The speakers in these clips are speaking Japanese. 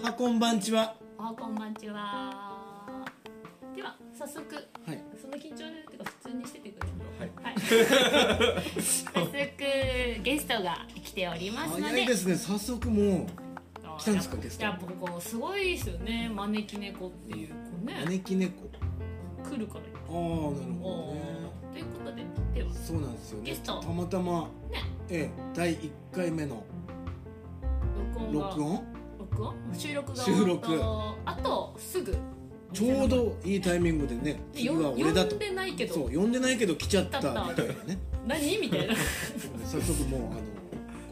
おはこんばんちは。おはこんばんちは。では早速はい。その緊張でっていうか普通にしててくださはい。い。はい。早速ゲストが来ておりますの早いで。ですね。早速も来たんですかゲストやっぱこうすごいですよね。招き猫っていう子うね。招き猫。来るから。ああなるおほどね。ーということでではそうなんですよゲね。スたトまたまねええ第一回目の録音が録音録音収録が収録終わったあとすぐちょうどいいタイミングでね。で次よは俺だ呼とん。でないけそどう呼んでないけど来ちゃったみたいなね。何みたいな。早速もうあの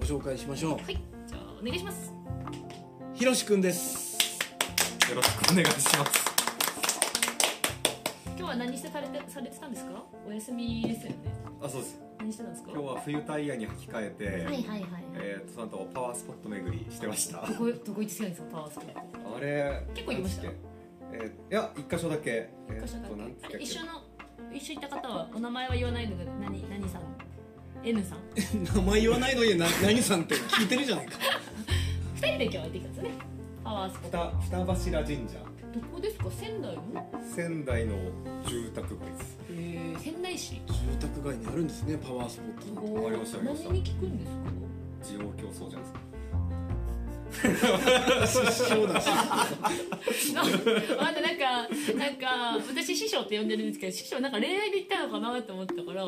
ご紹介しましょはい、じゃあお願いします。う。ひろしくんです。よろしくお願いします。今日は何してされてされてたんですか？お休みですよね。あ、そうです。何してたんですか？今日は冬タイヤに履き替えて、はいはいはい。えーとその後パワースポット巡りしてました。あどこどこ行ってきたんですか？パワースポット。れ、結構行きましたなんつっけえーいや、一箇所だけ。一箇所えーとなんつっただけ。あっけれ一緒の一緒行った方はお名前は言わないのが何何さん？N さん。 名前言わないのにな何さんって聞いてるじゃないか。二人で今日は行ってきたんですね。パワースポット。二二柱神社。どこですか？仙台の？仙台の住宅街です。えー、仙台市。住宅街にあるんですねパワースポット。おわかりましたわかりました何に聞くんですか？需要競争じゃないですか。そうだし。なあでなんかなんか私師匠って呼んでるんですけど師匠なんか恋愛で行ったのかなと思ったから。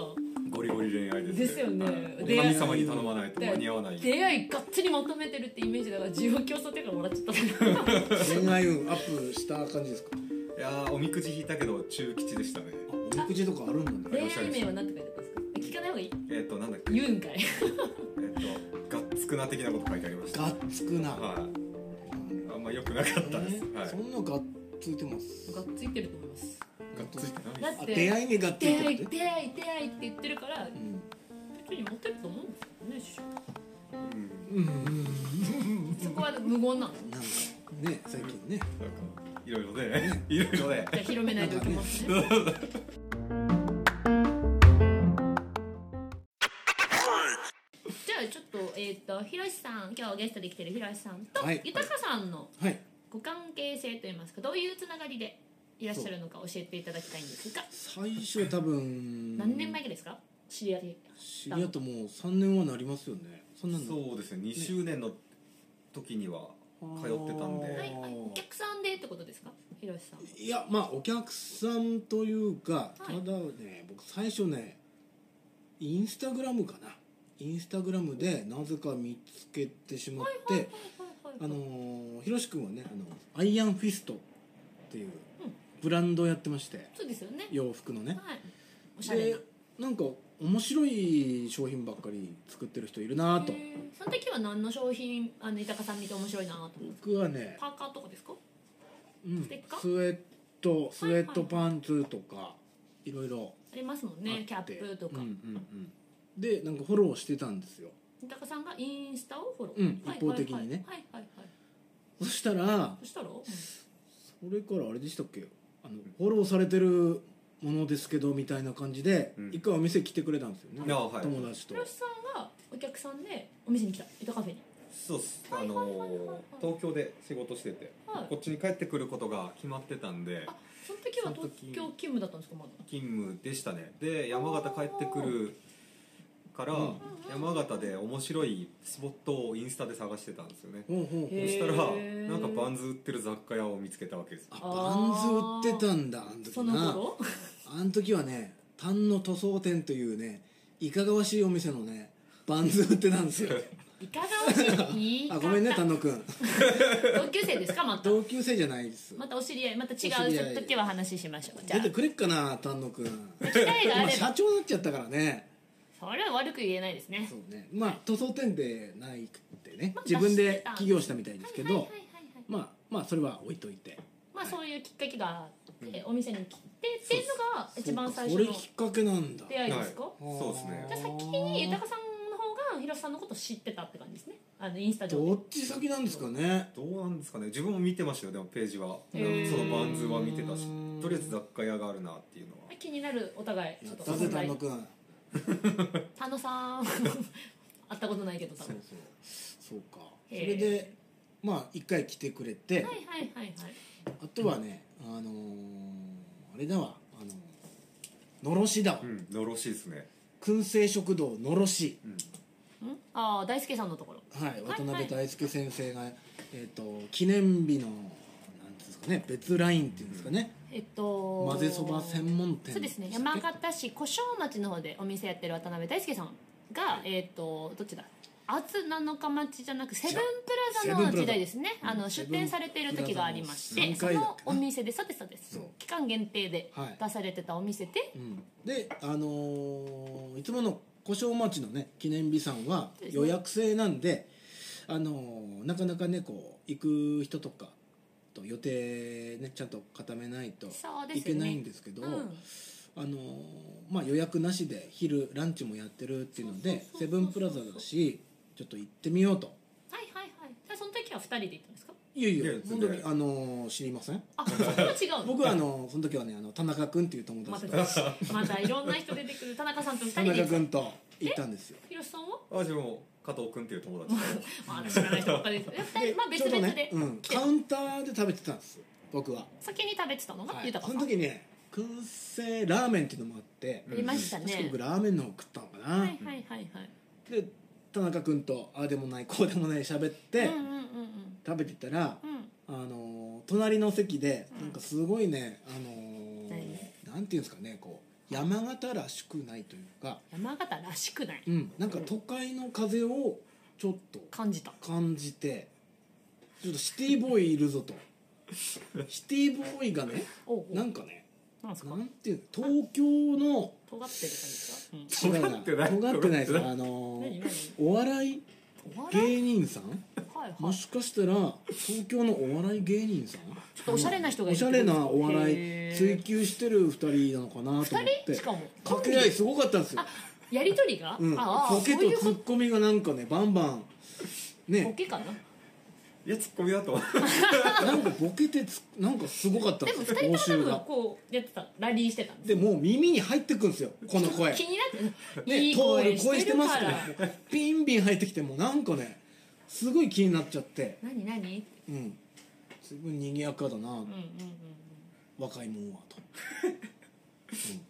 ゴリゴリ恋愛です。ですよねはいで神様に頼まないと間に合わない。出会いがっつり求めてるってイメージだから需要競争っていうからもらっちゃった恋愛運アップした感じですか。いやー、おみくじ引いたけど、中吉でしたね。おみくじとかあるんだね。恋愛名は何て書いてあったんですか聞かない方がいいえっ、と、なんだっけ。言うんかいえっ、と、がっつくな的なこと書いてありました。がっつくな。はい。うんあんま良くなかったです。はいそ。んながっついてます。 がっついてると思いますがっついてないだですっあて出会いにがっつ出い会ているって。出会い出会いって言ってるからうん別にモテると思うんですよね師匠うんうんうん。そこは無言なのなんかね最近ね。なんかいろいろね、いろいろね。じゃあ広めないといけますねじゃあちょっとえっ、とひろしさん今日ゲストで来てるひろしさんと、はい豊さんのはい。ご関係性といいますかどういうつながりでいらっしゃるのか教えていただきたいんですが、最初多分。何年前ですか知り合い知り合ってもう三年はなりますよね。そんなの。そうですね、2周年の時には通ってたんあーはいで、はいお客さんでってことですかひろしさんいやまあお客さんというか、いただね僕最初ねインスタグラムかなインスタグラムでなぜか見つけてしまって、はいあはいのはいーひろし君はねあのアイアンフィストっていうブランドをやってましてそうですよね洋服のねはいおしゃれでななんか面白い商品ばっかり作ってる人いるなとへーその時は何の商品あの豊さん見て面白いなと思ったんですか僕はねパーカーとかですかうんステッカースウェットスウェットパンツとかいろいろありますもんねキャあってップとか、うんうんうんでなんかフォローしてたんですよ豊さんがインスタをフォロー、うんはい一方的にねはいはいはい、はいはい、そしたらそしたら、うんそれからあれでしたっけあのフォローされてるものですけどみたいな感じでうん一回お店来てくれたんですよねあはい友達とひろしさんがお客さんでお店に来た豊カフェにそうっす、はあいはいはいはいはいのー東京で仕事しててはい、こっちに帰ってくることが決まってたんであ、その時はそ東の時京勤務だったんですかまだ勤務でしたね。で、山形帰ってくるからうん、山形で面白いスポットをインスタで探してたんですよね。ほうほうほそうへしたら、へーなんかバンズ売ってる雑貨屋を見つけたわけです。あバンズ売ってたんだあの時そのな頃あの時はね丹野塗装店というねいかがわしいお店のねバンズ売ってたんですよいかがおしい いあごめんね丹野くん同級生ですかまた同級生じゃないですまたお知り合いまた違お知り合いう時は話しましょうじゃ出あてくれっかな丹野くん機会があ今れば社長になっちゃったからねそれは悪く言えないですねそうねまあ塗装店でないってねまあ自分で起業したみたいですけはいどはいはいはいはいまあまあそれは置いといてまあそういうきっかけがあってお店に来てっていうのが一番最そ初れのきっかけなんだ出会いですかはいそうですねじゃあ先に豊さんの方が広瀬さんのこと知ってたって感じですねあのインスタ上どでっち先なんですかねどうなんですかね自分も見てましたよでもページはそへーのバンズは見てたしとりあえず雑貨屋があるなっていうのは気になるお互いちやょっっとたぜ存 在丹野くん田野さん会ったことないけど多そう分そそううかそへえれでまあ一回来てくれて、はいはいはいはいあとはねあのーあれだわあのーのろしだわ、うんのろしいですね燻製食堂のろしうんんああ大輔さんのところはいはい渡辺大輔先生が、えっ、と記念日のなんていうんですかね別ラインっていうんですかね、えっと混ぜそば専門店そうですねでしたっ山け形市小正町の方でお店やってる渡辺大輔さんが、えっとどっちだあつ七日町じゃなくセブンプラザセブンのプラザ時代ですねあのセ出ブン店されている時がありましてプそラザの三階だっのけなお店でそうですそうですそう期間限定ではい出されてたお店で、うんであのーいつもの小正町のね記念日さんはそうですね予約制なんであのーなかなかねこう行く人とかと予定ねちゃんと固めないとそうですねいけないんですけどうんあのーまあ予約なしで昼ランチもやってるっていうのでそうそセうそうそうブンプラザだしちょっと行ってみようとはいはいはいじゃあその時は2人で行ったんですかいやいいやや全本然当にあのー知りませんあそこは違うの僕はあのーその時はねあの田中君っていう友ま達と たまたいろんな人出てくる田中さんと2田人で行中っ君たと行ったんですよひろしさんは私も加藤君っていう友達とまあ知らない人ばっかりです2人ま あ別ちょうど々ねで、うん、カウンターで食べてたんです僕は、先に食べてたのがはい、豊そさん、の時ね燻製ラーメンっていうのもあってありました確かね僕ラーメンの方食ったのかな、はいはいはいはいで田中君とああでもないこうでもない喋って、うんうんうん食べてたらうんうんあのー隣の席でうんなんかすごいね、あのー何なんていうんですかねこう山形らしくないというか、山形らしくないうん、なんか都会の風をちょっと感じた感じてちょっとシティボーイいるぞとシティボーイがねおうおうなんかねなんですかなんていうの東京の尖ってる感じですか、うん違う尖ってない尖ってないで尖ってすないあのー何何お笑いお笑い芸人さんはいはもいしかしたら東京のお笑い芸人さんちょっとおしゃれな人がいおるしゃれなお笑へいー追求してる二人なのかなと思っ二人てしかも掛け合いすごかったんですよ、やりとりが、うん、ああボケそういとうツこッコミがなんかねバンバンとボねケかないやツッコミだと思うなんかボケてつなんかすごかったんでですよも2人応とも酬多分がこうやってたラリーしてたんですでもう耳に入ってくんですよこの声気になって、ね、いい声してるからねビンビン入ってきてもうなんかねすごい気になっちゃって何何うんすごい賑やかだな、うんうん若いもんはと、うん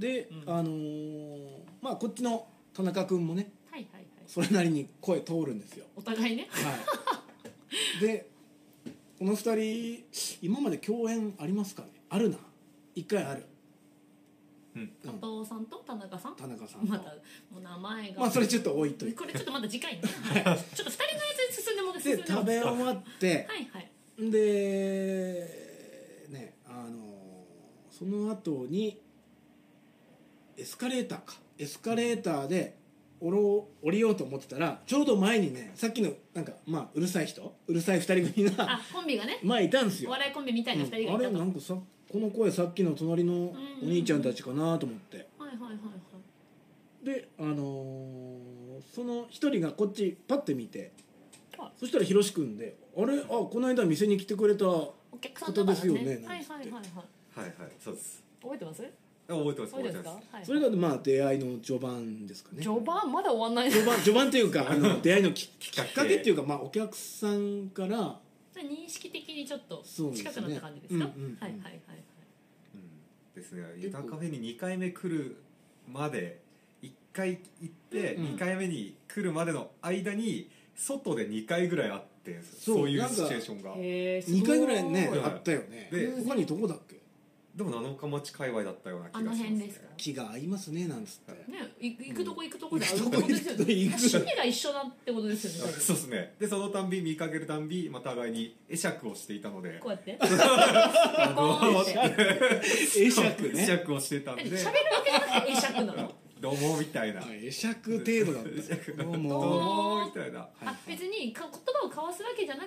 で、うんあのーまあこっちの田中君もねはいはいはいそれなりに声通るんですよお互いねはいでこの二人今まで共演ありますかねあるな一回ある、うんう加ん藤さんと田中さん田中さんとまたもう名前が、まあそれちょっと置いといてこれちょっとまだ次回 ね、ちょっと二人のやつに進んでもらって進んでで食もらってべ終わってはいはいでねあのその後にエスカレーターかエスカレーターで降ろう降りようと思ってたらちょうど前にねさっきのなんかまあうるさい人うるさい2人組があコンビがね前いたんですおよ、笑いコンビみたいな二人がいうんあたと、れなんかさこの声さっきの隣のお兄ちゃんたちかなと思ってはいはいはいはいであのーその1人がこっちパッて見てあそしたらひろしくんで「あれあこの間店に来てくれたお客さんとかがこねとですよねはいはいはいはいはいはいそうです覚えてますあ覚えてます覚覚ええててますか、まはすい、それがまあ出会いの序盤ですかね序盤まだ終わんない序盤序盤というかあ の出会いのきききっかけっかけっていうか、まあ、お客さんから認識的にちょっとそうですね近くなった感じですかうんうんうんはいはいはいはいうんですねゆたカフェに2回目来るまで1回行ってうん2回目に来るまでの間に外で2回ぐらいあってそうそういうなんかシチュエーションがへえすご2回ぐらいねそうあったよねで他にどこだっけでも7日町界隈だったような気があしのます、ね、辺ですか気が合いますねなんつって、ね行く行くとこ行くとこで行会くうこととこですよ行くとねこ行く趣味が一緒だってことですよあねそうですねでそのたんび見かけるたんびまあ互いに会釈をしていたの でこうやってあのこうやってだ会釈会ね釈をしてたんっでて喋るわけじゃなくて会釈なのどうもみたいな、会釈程度だったどうどうももみたいなあ別にか言葉を交わすわけじゃなく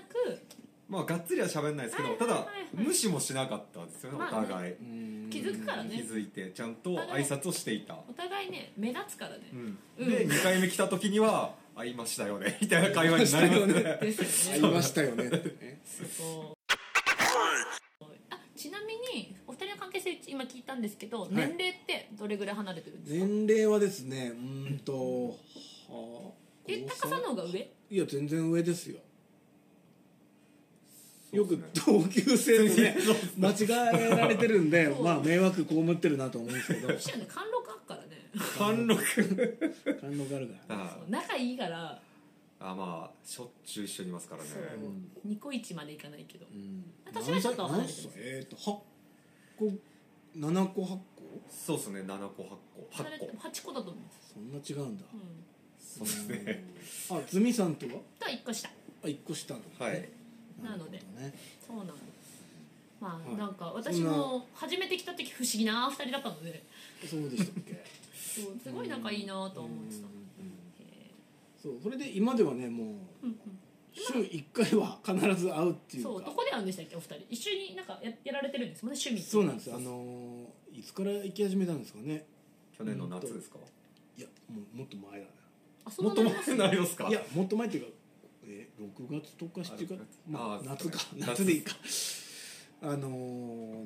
まあがっつりは喋んないですけど、はいはいはいはいただ無視もしなかったですよね、まあねお互い、うん気づくからね気づいてちゃんと挨拶をしていた、お互いね目立つからねうんうんで2回目来た時には「会いましたよね」 みたいな会話になりま会いましたよねですねす会いよねましたよねってねそうあちなみにお二人の関係性今聞いたんですけど、い年齢ってどれぐらい離れてるんですか年齢はですねうーんとは方が上いや全然上ですよよくそうですね同級生と ねそうです間違えられてるんでそうまあ迷惑被ってるなと思うんです けど秘書ね貫禄あっからね貫禄感動があるからあそう仲いいからあまあしょっちゅう一緒にいますからねそうニコイチまでいかないけどうん私はちょっと離れ何てます歳えっと8個7個8個そうですね7個8個離れ8て個8個だと思いますそんな違うんだうんそうですねあズミさんとはとは1個下あ一個下なんだはいななるのほどでねそうなんですまあ、はいなんか私も初めて来た時不思議な2人だったのでそうでしたっけそうすごい仲いいなとは思ってたへそうそれで今ではねもうーうんうん週1回は必ず会うっていうかそうどこで会うんでしたっけお二人一緒になんかややられてるんですもんね趣味ってそうなんですあのーいつから行き始めたんですかね去年の夏ですかいやもうもっと前だねあそもんっなとにあります 前になりますかいやもっと前っていうか、えー、6月とか7月あまああ夏か夏夏でいいかあの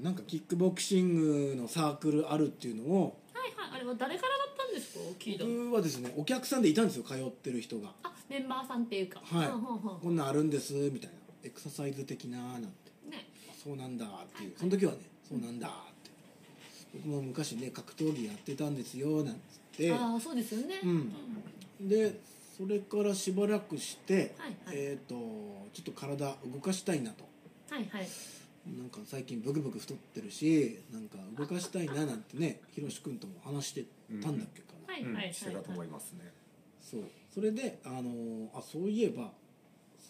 ーなんかキックボクシングのサークルあるっていうのをはいはいあれは誰からだったんですか聞いたの僕はですねお客さんでいたんですよ通ってる人があメンバーさんっていうかはいうんうんうこんんなんあるんですみたいなエクササイズ的ななんてねそうなんだっていうその時はねそうなんだって僕も昔ね格闘技やってたんですよなんつってああそうですよねうんでそれからしばらくして、はいはいえっ、とちょっと体動かしたいなとはいはいなんか最近ブクブク太ってるしなんか動かしたいななんてねひろし君とも話してたんだっけかな、はいはういはんいしてたと思いますねそうそれであのーあそういえば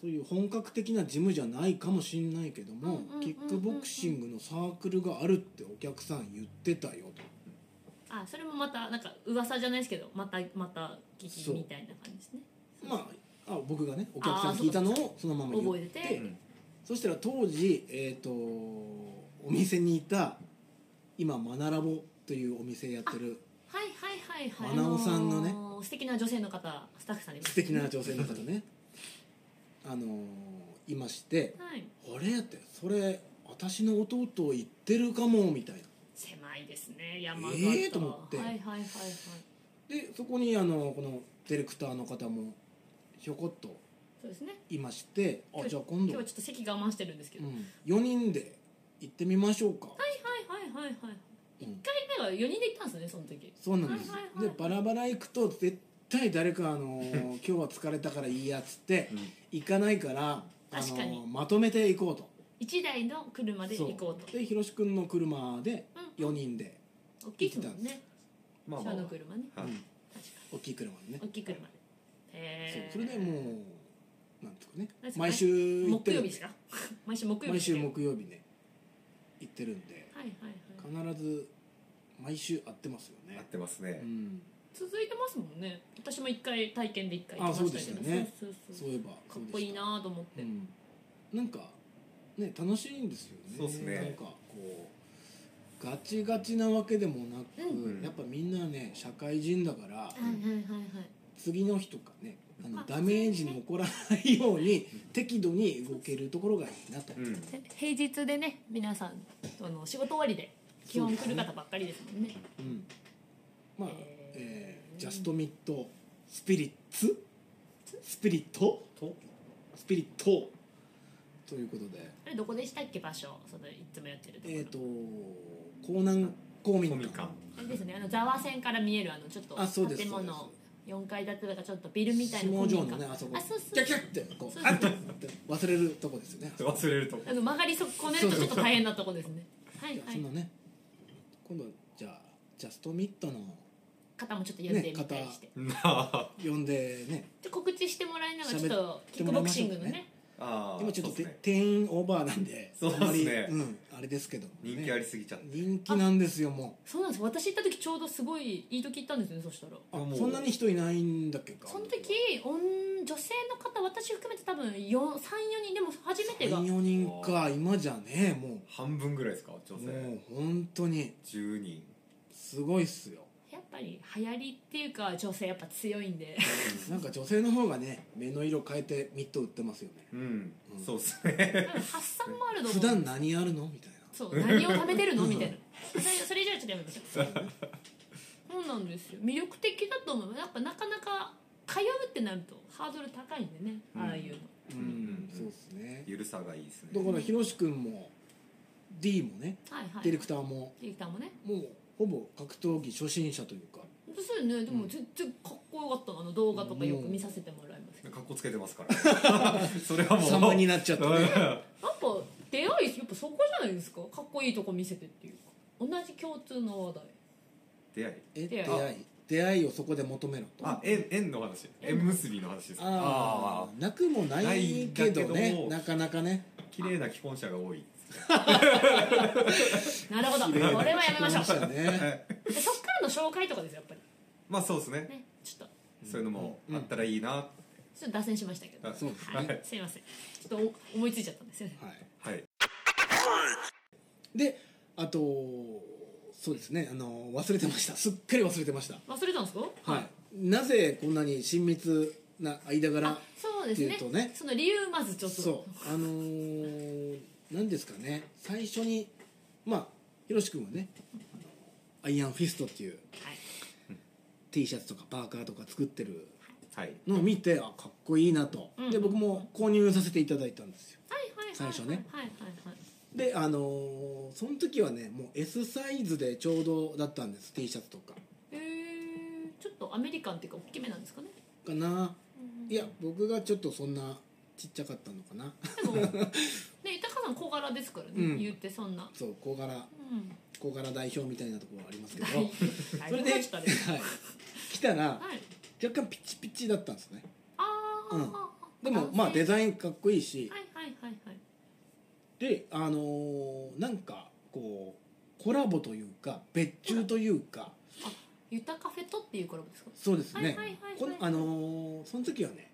そういう本格的なジムじゃないかもしんないけどもうんうんうんうんキックボクシングのサークルがあるってお客さん言ってたよとあそれもまたなんか噂じゃないですけどまたまた聞きみたいな感じですねまああ僕がねお客さんに聞いたのをそのまま言覚えっててうんそしたら当時、えー、とお店にいた今マナラボというお店やってるはいはいはいはいマナオさんのねあのー素敵な女性の方スタッフさんいます素敵な女性の方ねあのーいましてはい「あれ?」って「それ私の弟言ってるかも」みたいな狭いですね山形、ええと思ってはいはいはいはいでそこにあのこのディレクターの方もひょこっとそうですねいまして「今あ日じゃあ今今日度は、ちょっと席我慢してるんですけうど、ん、4人で行ってみましょうか」はいはいはいはいうん一回目は四人で行ったんですねその時そうなんです、はいはいはいでバラバラ行くと絶対誰か、あ のー今日は疲れたからいいや」っつってうん行かないから、あの確かにーまとめて行こうと一台の車で行こうとでひろし君の車でうん4人で、大きいですもんねまあま車あの車ねうはいん確か大きい車でねに大きい車でそうへえそれでもうなんていうか何でねすか毎週行って木る曜んで日ですか 毎週木曜日毎週はい木曜日ね行ってるんではいはい必ず毎週会ってますよ合っね、てますうねん、続いてますもんね私も一回体験で一回行きましたけどあそうでしたねそうそうそそうういえばかっこいいなと思っうて、ん、なんかね楽しいんですよねそうっすねなんかこうガチガチなわけでもなく、うんやっぱみんなね社会人だから、はいはいはいはい次の日とかねあまのあダメージに起こらないように適度に動けるところがいいなと、うん平日でね皆さんあの仕事終わりで基本来る方ばっかりですもんねうんまあ、ええーージャストミッドスピリッツスピリットとスピリットということであれどこでしたっけ場所そのいつもやってるところえっ、と江南公民コ館ミカあれですねあのざわ線から見えるあのちょっとあそうです建そう物で4階建てだからちょっとビルみたいな下古条民の家ねあそこあそうそうキャキャってこそううあっとって忘れるとこですよね忘れるとこあの曲がりそこねるとちょっと大変なとこですねはいはそんないね今度じゃあジャストミッドの方もちょっとやってみたりして、な あ呼んでねで告知してもらいながらちょっと喋っキてッもらクボいクましシょうンかグねのねああ今ちょっとて、そうっすね店員オーバーなんでそうっすねあんまりうん、あれですけど、ね、人気ありすぎちゃって人気なんですよもそうなんです私行った時ちょうどすごいいい時行ったんですねそしたらうあもうそんなに人いないんだっけかその時女女性の方私含めて多分34人でも初めてが34人か今じゃねも半分ぐらいですかう女もう性本当に10人すごいっすよやっぱり流行りっていうか女性やっぱ強い んでなんか女性の方がね目の色変えてミット売ってますよねうんうんそうですね 多分発散もあると思う普段何やるのみたいなそう何を食べてるのみ たいなそれそれ以上はちょっとやめましょうそうなんですよ魅力的だと思うやっぱなかなか通うってなるとハードル高いんでね、うんああいうのうんそうですねゆるさがいいですねだからひろし君も D もねはいはいディレクターもディレクターもねもうほぼ格闘技初心者というかそうよねでうもん全然かっこよかったのあの動画とかよく見させてもらいますけど、かっこつけてますから それはもう様になっちゃったねやっぱ出会いやっぱそこじゃないですかかっこいいとこ見せてっていうか同じ共通の話題 出会いえ出出会い会い出会いをそこで求めろとあ縁縁の話縁結びの話ですああなくもないけどなねいんだけどもなかなかねあ綺麗な既婚者が多いなるほどこれはやめましょうそう でしたねでそっからの紹介とかですよやっぱりまあそうですねねちょっとそういうのもうんあったらいいなちょっと脱線しましたけどあそうですねはい、すいませんちょっとお思いついちゃったんですよねはいはいであとそうですねあの忘れてましたすっかり忘れてました忘れたんですかはいなぜこんなに親密な間柄あそうですねっていうとねその理由まずちょっとそうあのー、なんですかね最初にまあひろし君はねあのアイアンフィストっていうはい T シャツとかパーカーとか作ってるはいのを見てあかっこいいなと、うんで僕も購入させていただいたんですよはいはいはいはい最初ねはいはいはいであのーその時はねもう S サイズでちょうどだったんです T シャツとかえー、ちょっとアメリカンっていうか大きめなんですかねかなうんうんいや僕がちょっとそんなちっちゃかったのかな でもね豊さん小柄ですからね、うん言ってそんなそう小柄うん小柄代表みたいなところはありますけど大それで、はい大丈夫です、来たらはい若干ピチピチだったんですねあー、うんはははでもまあデイザインかっこいいしはいはいはいはいであのーなんかこうコラボというか別注というかゆたカフェとっていうコラボですかそうですはいねはいはいはいこのあのーその時はね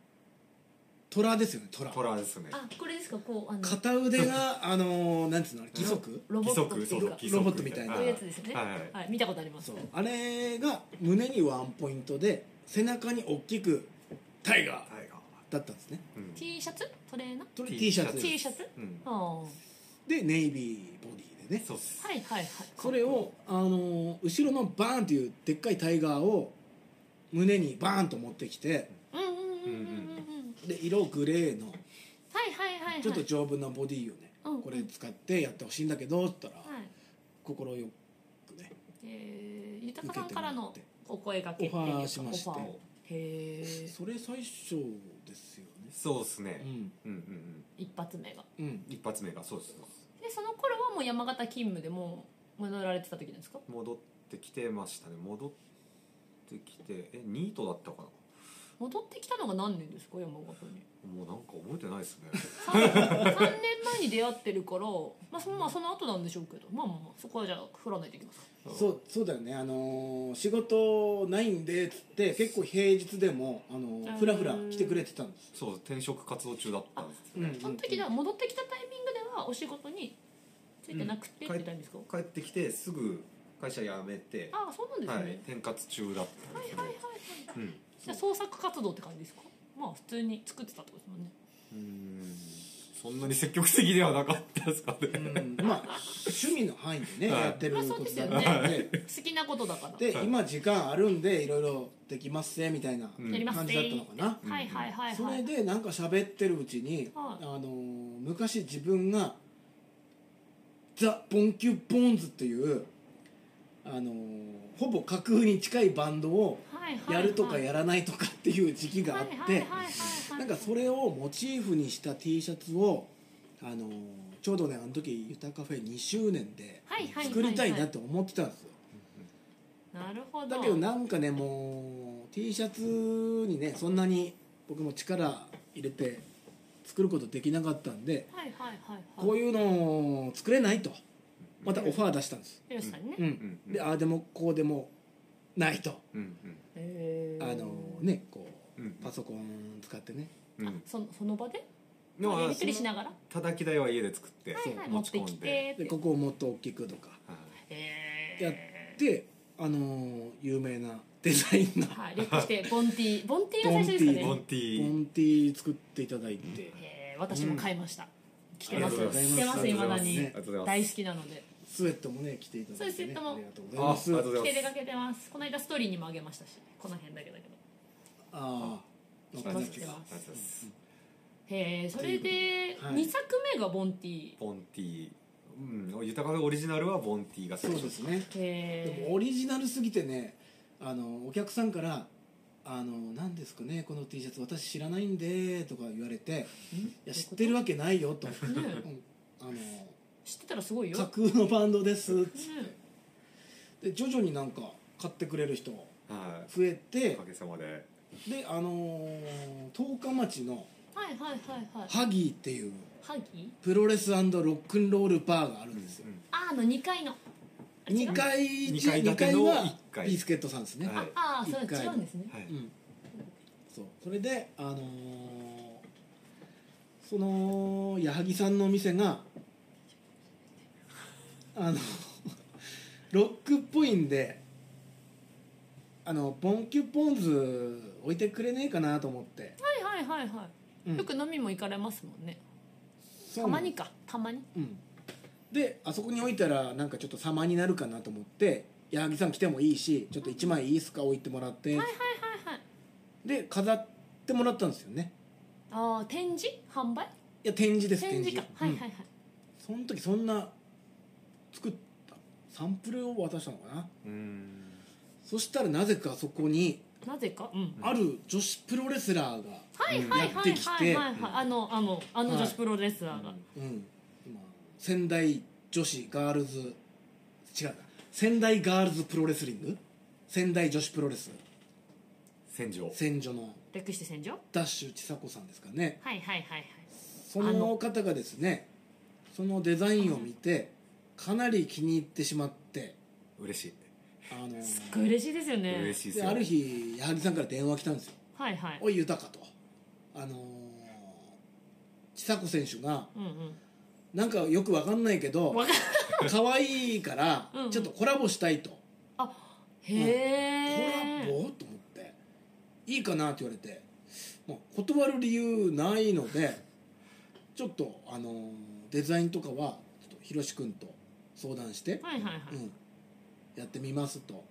虎ですよね虎トラですねあこれですかこうあの片腕があのーなんつうのあれ義足ロボ義ット足ってそいううか義足ロボットみたいなこういうやつですよねはいはいはい見たことありますそうあれが胸にワンポイントで背中に大きく「タイガータイガー」だったんですねうん T シャツトレーナーそれ T T シャツ T シャツうんああはでネイビーボディでねそうっすいはいはいそれを、あのー後ろのバーンっていうでっかいタイガーを胸にバーンと持ってきてうんうんうんうんうんうんうんで色グレーのはいはいはいはいちょっと丈夫なボディをね、うんこれ使ってやってほしいんだけどって言ったらはい快くねえー、豊さんからの受けてお声掛けっていうオかファーしましてオファーをへえそれ最初ですよねそうっすうねんうんうんうん一発目がうん一発目がそうですそうですでその頃はもう山形勤務でもう戻られてた時なんですか戻ってきてましたね戻ってきてえニートだったかな戻ってきたのが何年ですか山形にもうなんか覚えてないで すね 3, 年前に出会ってるから、まあ、そのまあその後なんでしょうけどまあまあまあそこはじゃあ振らないといけますかそうそうだよね、あのー仕事ないんでっつって結構平日でも、あのー、ふらふら来てくれてたんです、そう転職活動中だったんですようんねうんその時では戻ってきたタイミングではお仕事についてなくてってタイミングですか、帰ってきてすぐ会社辞めて、ああそうなんですはね、い、転活中だったはんでいすはけいど、はいはいうんじゃあ創作活動って感じですかまあ普通に作ってたってことですもんねうーんそんなに積極的ではなかったですかね、うんまあ趣味の範囲でね、はいやってるまこあそうとですだよったねん で、好きなことだからで今時間あるんでいろいろできますねみたいなうんやります感じだったのかな、うんはいはいはいはいそれでなんか喋ってるうちに、はいあのー昔自分がザ・ボンキュ・ボーンズっていう、あのーほぼ架空に近いバンドをはいはいはいやるとかやらないとかっていう時期があって、はいはいはいはいなんかそれをモチーフにした T シャツを、あのーちょうどねあの時「ゆたカフェ」2周年ではいはいはいはい作りたいなって思ってたんですよ、なるほどだけどなんかねもう T シャツにねそんなに僕も力入れて作ることできなかったんではいはいはいはいこういうのを作れないとまたオファー出したんです、ヒロシさんにね、う、うんんうんでああでもこうでもないとうんへあーのねこううんパソコン使ってねうんうあんそその場ででもまあやりそ取のりしながらたたき台は家で作って、はいはい持持っちて込きんでてってでここをもっと大きくとかはいへーやってあのー有名なデザインのはい略してボンティボンティが最初ですかえねーボンティボンティー作っていただいてえー私も買いました、着てありまがすとうござい着てますあり未がとうございまだすにありがとうござ大いま好すきなのでスウェットもね着ていただいて、そうスウェね、ットもありがとうごああざいりまがすとう着ございますて出かけてますこの間ストーリーにもあげましたしこの辺だけだけどああ載っあかりがとっうございてまますすへえそれではい2作目がボンティボンティうん豊かオリジナルはボンティがそうですねでへもオリジナルすぎてねあのお客さんから「あの何ですかねこの T シャツ私知らないんで」とか言われて「いや知ってるわけないよ」と「え、ねうんあの知ってたらすごいよ、架ね空のバンドです」えで徐々になんか買ってくれる人はい増えおてかげさまでであのー十日町のはいはいはいはいハギーっていうハギプロレスロックンロールバーがあるんですよ、あーの2階のあ違う2階中二階二建て階のは一階ビスケットさんですね、はいああそう一階違うんですねはいうん、そうそれであのーその矢作さんのお店があの ロックっぽいんであのポンキュポン酢置いてくれねえかなと思って、はいはいはいはういんよく飲みも行かれますもんねそうたまにかたまにうんであそこに置いたらなんかちょっと様になるかなと思って矢作さん来てもいいしちょっと1枚いいっすか置いてもらって、はいはいはいはいで飾ってもらったんですよねああ展示販売いや展示です展示かはいはいうんはいその時そんな作ったサンプルを渡したのかなうんそしたらなぜかそこになぜかうんある女子プロレスラーが、はいはいやっはていきてはいはいはいあのあのあの女は子いプロレスラーがうん、今仙台女子ガールズ違うな仙台ガールズプロレスリング仙台女子プロレス戦場戦女の略して戦場はダッシュ千佐子さんですかねいはいはいはいその方がですねそのデザインを見てかなり気に入ってしまって嬉しいあのすっごい嬉しいですよね嬉しいでですよある日矢作さんから電話来たんですよはいはいおい豊かとあのー、千佐子選手がうんうんなんかよくわかんないけどわか可愛いからうんうんちょっとコラボしたいと、へえコラボと思っていいかなって言われて、まあ、断る理由ないのでちょっと、あのーデザインとかはちょっとひろし君と相談して、はいはいはいうん、やってみますと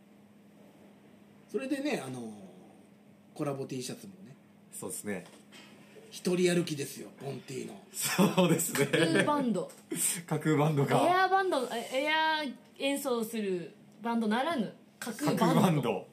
それでね、あのーコラボ T シャツもねそうですね一人歩きですよボンティのそうですねブーバンド架空バンドエがアバンドえエア演奏するバンドならぬ架架空空ババンンドド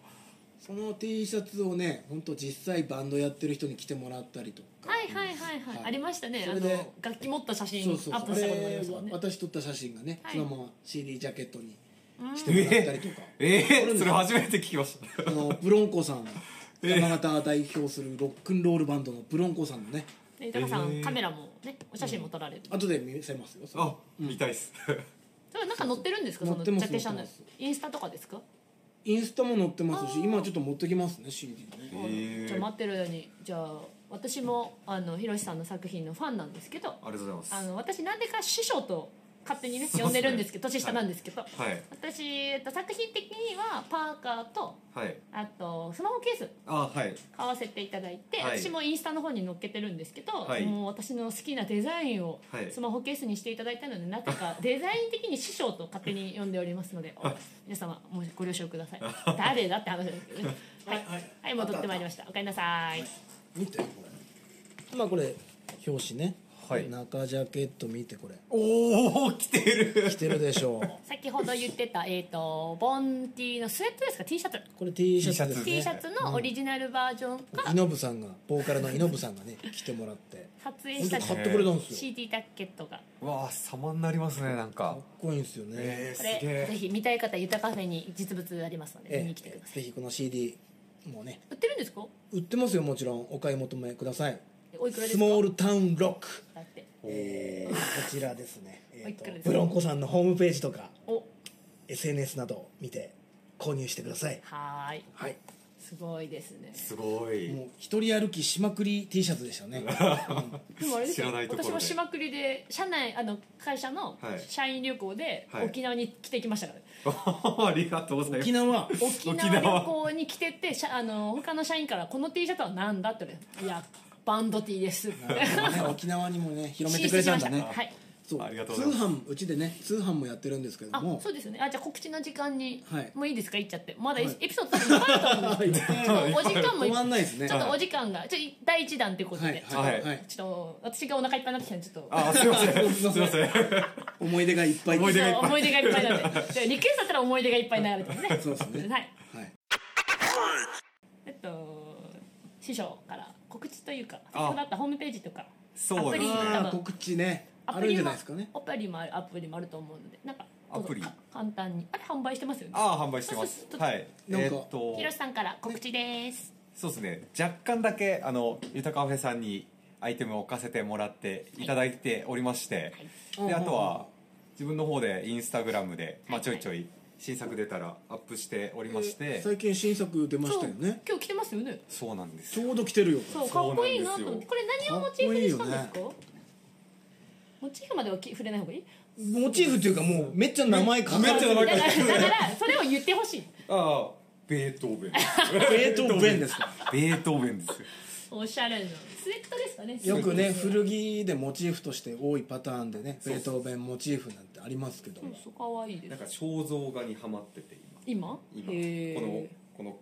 その T シャツをね本当実際バンドやってる人に着てもらったりとか、はいはいはいはい、はいありましたねそあれでの楽器持った写真そうそうアそうップあしたこともありまれしたもんね私撮った写真がね、はいそのまま CD ジャケットにうんしてもらったりとか、えこれー、それ初めて聞きましたあのブロンコさん えー山形を代表するロックンロールバンドのブロンコさんのねで豊さん、えーカメラもねお写真も撮られる、後で見せますよそれあ、見たいっす それなんか載ってるんですか載そっのてジますャケ写の載ってまインスタとかですか、インスタも載ってますしあー今ちょっと持ってきますね CD ねーじゃあ待ってる間にじゃあ私もあのひろしさんの作品のファンなんですけどありがとうございますあの私なんでか師匠と勝手にねそうっすね呼んでるんですけど年下はいなんですけど、はい私、えっと、作品的にはパーカーとはいあとスマホケースあはい買わせていただいて、はい私もインスタの方に載っけてるんですけど、はいもう私の好きなデザインをはいスマホケースにしていただいたので、なぜ かデザイン的に師匠と勝手に呼んでおりますので、皆様もうご了承ください誰だって話ですけどね はい、はいはいはい戻ってまいりましたおかえりなさい、見てこれまあこれ表紙ね、はい中ジャケット見てこれおお来てる着てるでしょう先ほど言ってた、えー、とボンティのスウェットですか T シャツこれ T シャツですね T シャツのオリジナルバージョンがイノブさんがボーカルのイノブさんがね来てもらって撮影本した当買ってくれたんですよ CD ジャケットがわあ様になりますねなんかかっこいいんですよね、えー、こすれげぜえひ見たい方ゆたカフェに実物ありますので見に来てくださいぜひこの CD もうね売ってるんですか売ってますよもちろんお買い求めくださいおいくらですスかモールタウンロック、だってえー、こちらですね、えーおいくらでとすかブロンコさんのホームページとかお SNS などを見て購入してくださいはーいはいすごいですねすごいもう一人歩きしまくり T シャツでした ねでもあれですよ知らないところで私もしまくりで社内あの会社のはい社員旅行ではい沖縄に来てきましたから、 ありがとうございます沖縄沖縄旅行に来てて社あの他の社員から「この T シャツは何だ?」って言われていやバンド T です」ってね沖縄にもね広めてくれたんだね進出しましたはいそうありがとうご通ざいます販うちでね通販もやってるんですけどあもそうですよねあじゃあ告知の時間に、はいもういいですか行っちゃってまだエピ,、はいソード多分いっぱいあると思うん ですいっぱいお時間もい止っまんないですねちょっとお時間がちょっと第一弾ということで、はいはいはいちょっと私がお腹いっぱいになってきたんでちょっとあすいませんすいませんすいません思い出がいっぱい思い出がいっぱい思い出がいっぱいなんでじゃあリクエストだったら思い出がいっぱいになるとねそうですねはいはいえっと師匠から告知というかあ先ほどあったホームページとかそうですねアプリあー告知ねアあプるんリじゃもないですかねアプリもあるアプリもあると思うのでなんかどうぞアプリか簡単にあれ販売してますよねああ販売してますそうそうそうはいなんかえーっとひろしさんから告知ですそうですね若干だけあのゆたカフェさんにアイテムを置かせてもらっていただいておりまして、はいでうんあうんうんとは自分の方でインスタグラムで、まあ、ちょいちょい新作出たらアップしておりまして、最近新作出ましたよね今日来てますよねそうなんですちよょうど来てるよそうかそっうなこんいでいすよなと思ってこれ何をモチーフにしたんですかかモチーフまではき触れない方がいいモチーフっていうかもうめっちゃ名前書かれてるめっちゃ名だから前だからそれを言ってほしいああベートーベンベートーベンですか ベートーベンですよおしゃれなスウェットですかねよくねスウェット古着でモチーフとして多いパターンでねベートーベンモチーフなんてありますけどうんそう可愛いでなんすか肖像画にはまってて今今へー今このこの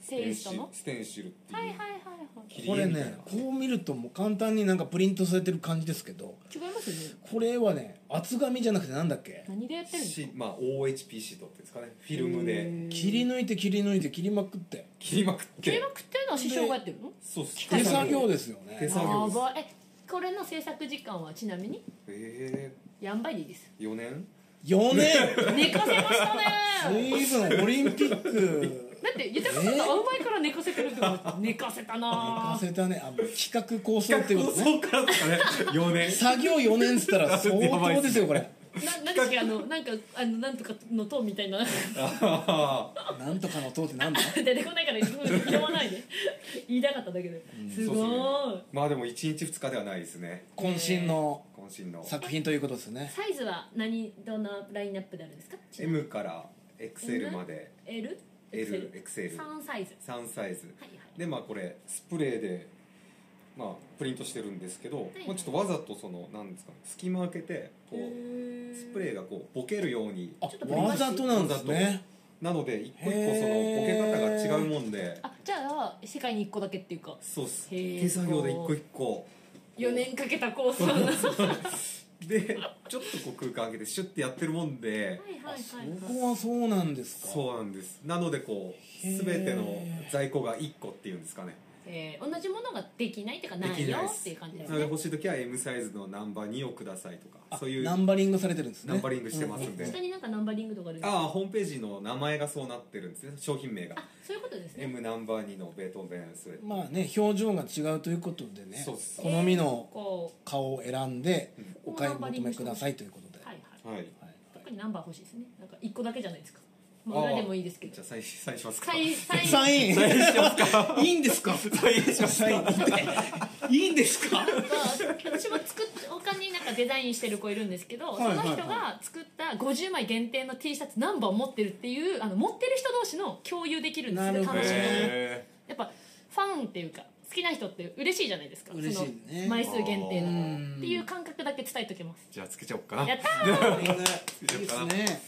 スセイリストルのステンシルっていう、はいはいはいはい切りこれ絵みたいなねこう見るともう簡単になんかプリントされてる感じですけど違いますよねこれはね厚紙じゃなくてなんだっけ何でやってるんですかしまあ OHP シートっていうんですかねフィルムで切り抜いて切り抜いて切りまくって切りまくっ計て画っていうのは師匠がやってるのそうっす手作業ですよ手ね作業ですやばいえこれの制作時間はちなみにえやんばいでいいですえ4年4年寝かせましたね随分オリンピックだって豊川さんが会う前から寝かせてるってこと寝かせたな忘ぁれたねあ企画構想っていうことねそうからですかね4年作業4年っつったら相当ですよこれななんですかあのなんかあのなんとかの塔みたいなああなんとかの塔ってなんだ出てこないから拾わないで言いたかっただけですごそうーっい まあでも1日2日ではないですね渾身の渾身の作品ということですねサイズは何どんなラインナップであるんですか M から XL まで L? LXL 3サイズ3サイズはいはいでまあこれスプレーでまあプリントしてるんですけど、いはいまあ、ちょっとわざとそのなんですかね隙間開けてこうスプレーがこうボケるようにあちょっとわざとなんですねなので一個一個そのボケへー方が違うもんであじゃあ世界に1個だけっていうかそうっすへー手作業で一個一個4年かけた構想のでちょっとこう空間開けてシュッてやってるもんではいはいはいはいそこはそうなんですかそうなんですなのでこうへー全ての在庫が1個っていうんですかねえー同じものができないっていうかなできいよないっっていう感じですなのでね欲しい時は M サイズのナンバー2をくださいとかあそういうナあンバリングされてるんですねナンバリングしてまうすんうんで下になんかナンバリングとかあるんですかあホームページの名前がそうなってるんですね商品名があそういうことですね M ナンバー2のベートーベンスウェットまあね表情が違うということでねそうっす好みのこ顔を選んでうんお買い求めくださいということでうはいはいはいはい特にナンバー欲しいですねなんか1個だけじゃないですかまあ裏でもいいですけじどゃ あサインサインしますかサインサインサインいいんですかサインしますサインいいんですか私も作っ他になんかデザインしてる子いるんですけど、いはいはいその人が作った50枚限定の T シャツナンバーを持ってるっていうあの持ってる人同士の共有できるんですなよるほど楽しみがへやっぱファンっていうか好きな人って嬉しいじゃないですか嬉しいねその枚数限定うのんっていう感覚だけ伝えときますーじゃあつけちゃおっかなやったーいいですね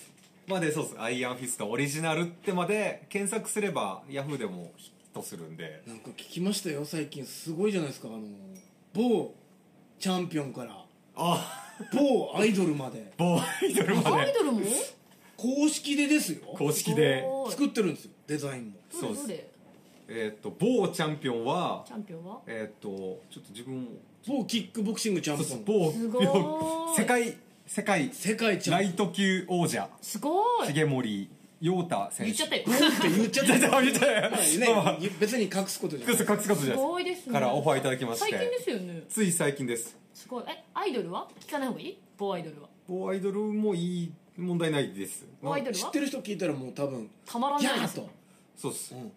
まあでそうですアイアンフィストオリジナルってまで検索すればヤフーでもヒットするんでなんか聞きましたよ最近すごいじゃないですかあの某チャンピオンからあ某アイドルまでボーイドルまアイでドルも公式でですよ公式で作作ってるんですよデザインもそうどれですどれえーっと某チャンピオンはチャンピオンはえーっとちょっと自分も某キックボクシングチャンそうピオそうン某すごーい世界世界世界チャラインピト級王者すごい重森陽太選言っ手ちゃったよオンって言っちゃっ た言っちゃった言っちゃったまあね別に隠すことじゃない隠す隠す隠すすじゃないごいですですねからオファーいただきまし最近でてすよねつい最近ですすごいえアイドルは聞かない方がいい某アイドルは某アイドルもいい問題ないです某アイドル知っはてる人聞いたらもう多分たま「らギなャいでー!」すと、そうっすうん、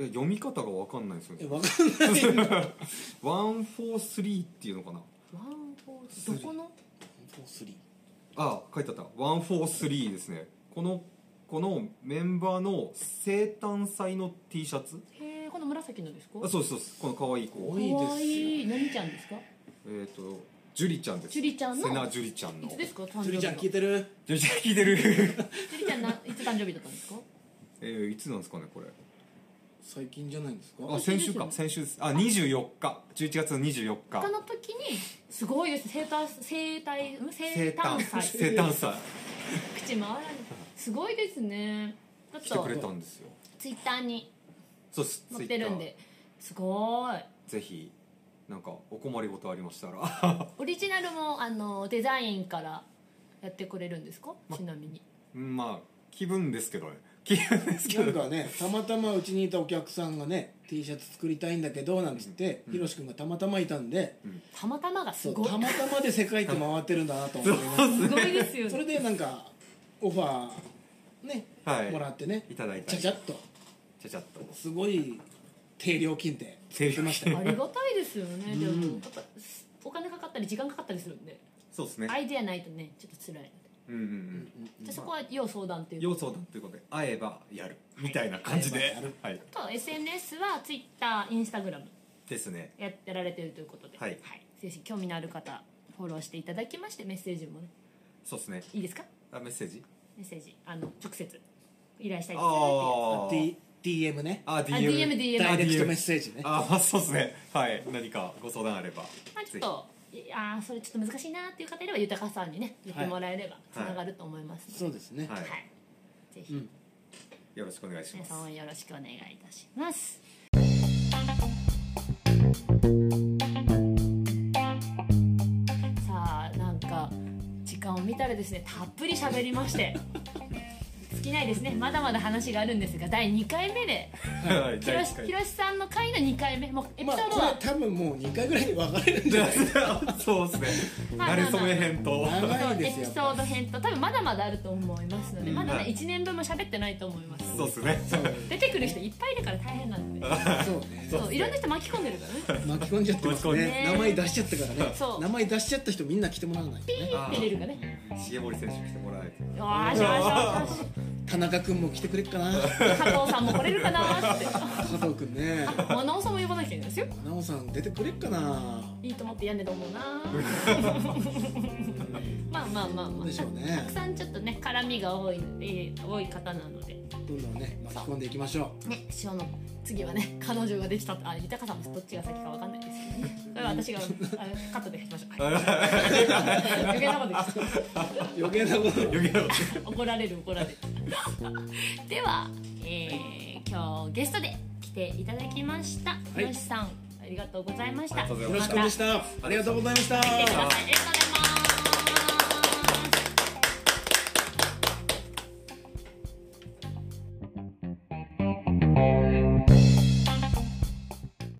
え読み方が分かんないんですよえねわかん ないんだ143っていうのかなワンフォースどこの3あ書いてあった143ですねこのこのメンバーの生誕祭の T シャツへえこの紫のですかあそうですそうですこの可愛い子いいですよかわいいのみちゃんですかえっ、とジュリちゃんですジュリちゃんのセナジュリちゃんのいつですか誕生ジュリ日ちゃん聞いてるジュリちゃん聞いてる ジュリちゃんないつ誕生日だったんですかえー、いつなんですかねこれ最近じゃないんですかあ今週で先す週よかね先週ですあ24日11月の24他日の時にすごいです生誕生体生生誕誕生祭誕祭口回らないすごいですねちょっ来てとくれたんですよツイッターにそうです載ってるん Twitter ですごいぜひなんかお困りごとありましたら まオリジナルもあのデザインからやってくれるんですか、まちなみにあ気分ですけどね気分ですけなんどかねたまたまうちにいたお客さんがね T シャツ作りたいんだけどなんつってうんひろし君がたまたまいたんでたまたまがすそうごいたまたまで世界って回ってるんだなと思ってねすごいですよそれねでなんかオファーねはいもらってねいただいたちゃりちゃっとちゃちゃっとすごい低料金で定量ましたよ ありがたいですよねでうもんやっぱお金かかったり時間かかったりするんでそうですねアイデアないとねちょっと辛いのでうんうんうんじゃあそこは要相談っていう要素だということで会えばやるみたいな感じ会えでばやる、はい、あと SNS は TwitterInstagram ですねやってられてるということで、はいぜひ興味のある方フォローしていただきましてメッセージもねそうですねいいですかあメッセージメッセージあの直接依頼したいですあ D- DM ねああ DM DM ダイレクト DM メッセージねああそうですねはい何かご相談あればまあ、ちょっといやーそれちょっと難しいなっていう方いれば豊さんにね言ってもらえればつながると思いますので、そうですねはいはいぜうひんよろしくお願いしま皆すさんもよろしくお願いいたしますさあなんか時間を見たらですねたっぷり喋りまして尽きないですねまだまだ話があるんですが第2回目ではいひ第ろ一し回ひろしさんの回の2回目もうエピまソあードこれは多分もう2回ぐらいに分かれるんじゃないですか そうですねはい慣れ初め編とはいはいそう長いエでピすよソード編と多分まだまだあると思いますので、うんまだはねい1年分も喋ってないと思いますそうですね 出てくる人いっぱいいるから大変なんでそうねそういろんな人巻き込んでるからね巻き込んじゃってます巻き込んねで名前出しちゃったからねそう名前出しちゃった人みんな来てもらわないとねピーって出るからね重森選手来てもらえてよーしよーしよ田中君も来てくれっか なーし加藤さんも来れるかなーって加藤君ねマナオさんも呼ばなきゃいけないですよ奈緒さん出てくれっかないいと思ってやんねえと思うな まあまあまあどまうあでしょうねたくさんちょっとね絡みが多いので多い方なのでどんどんね巻き込んでいきましょうね塩の次はね彼女ができたあ豊さんもどっちが先かわかんないですけどねこれは私があカットでしましょ う、はい、余計なことです余計なこと余計なこ怒られる怒られる では、えー今日ゲストで来ていただきました、いよしさんありがとうございましたありがとうございよろましくでしたたありがとうございましたまた来てくださいありがとうございます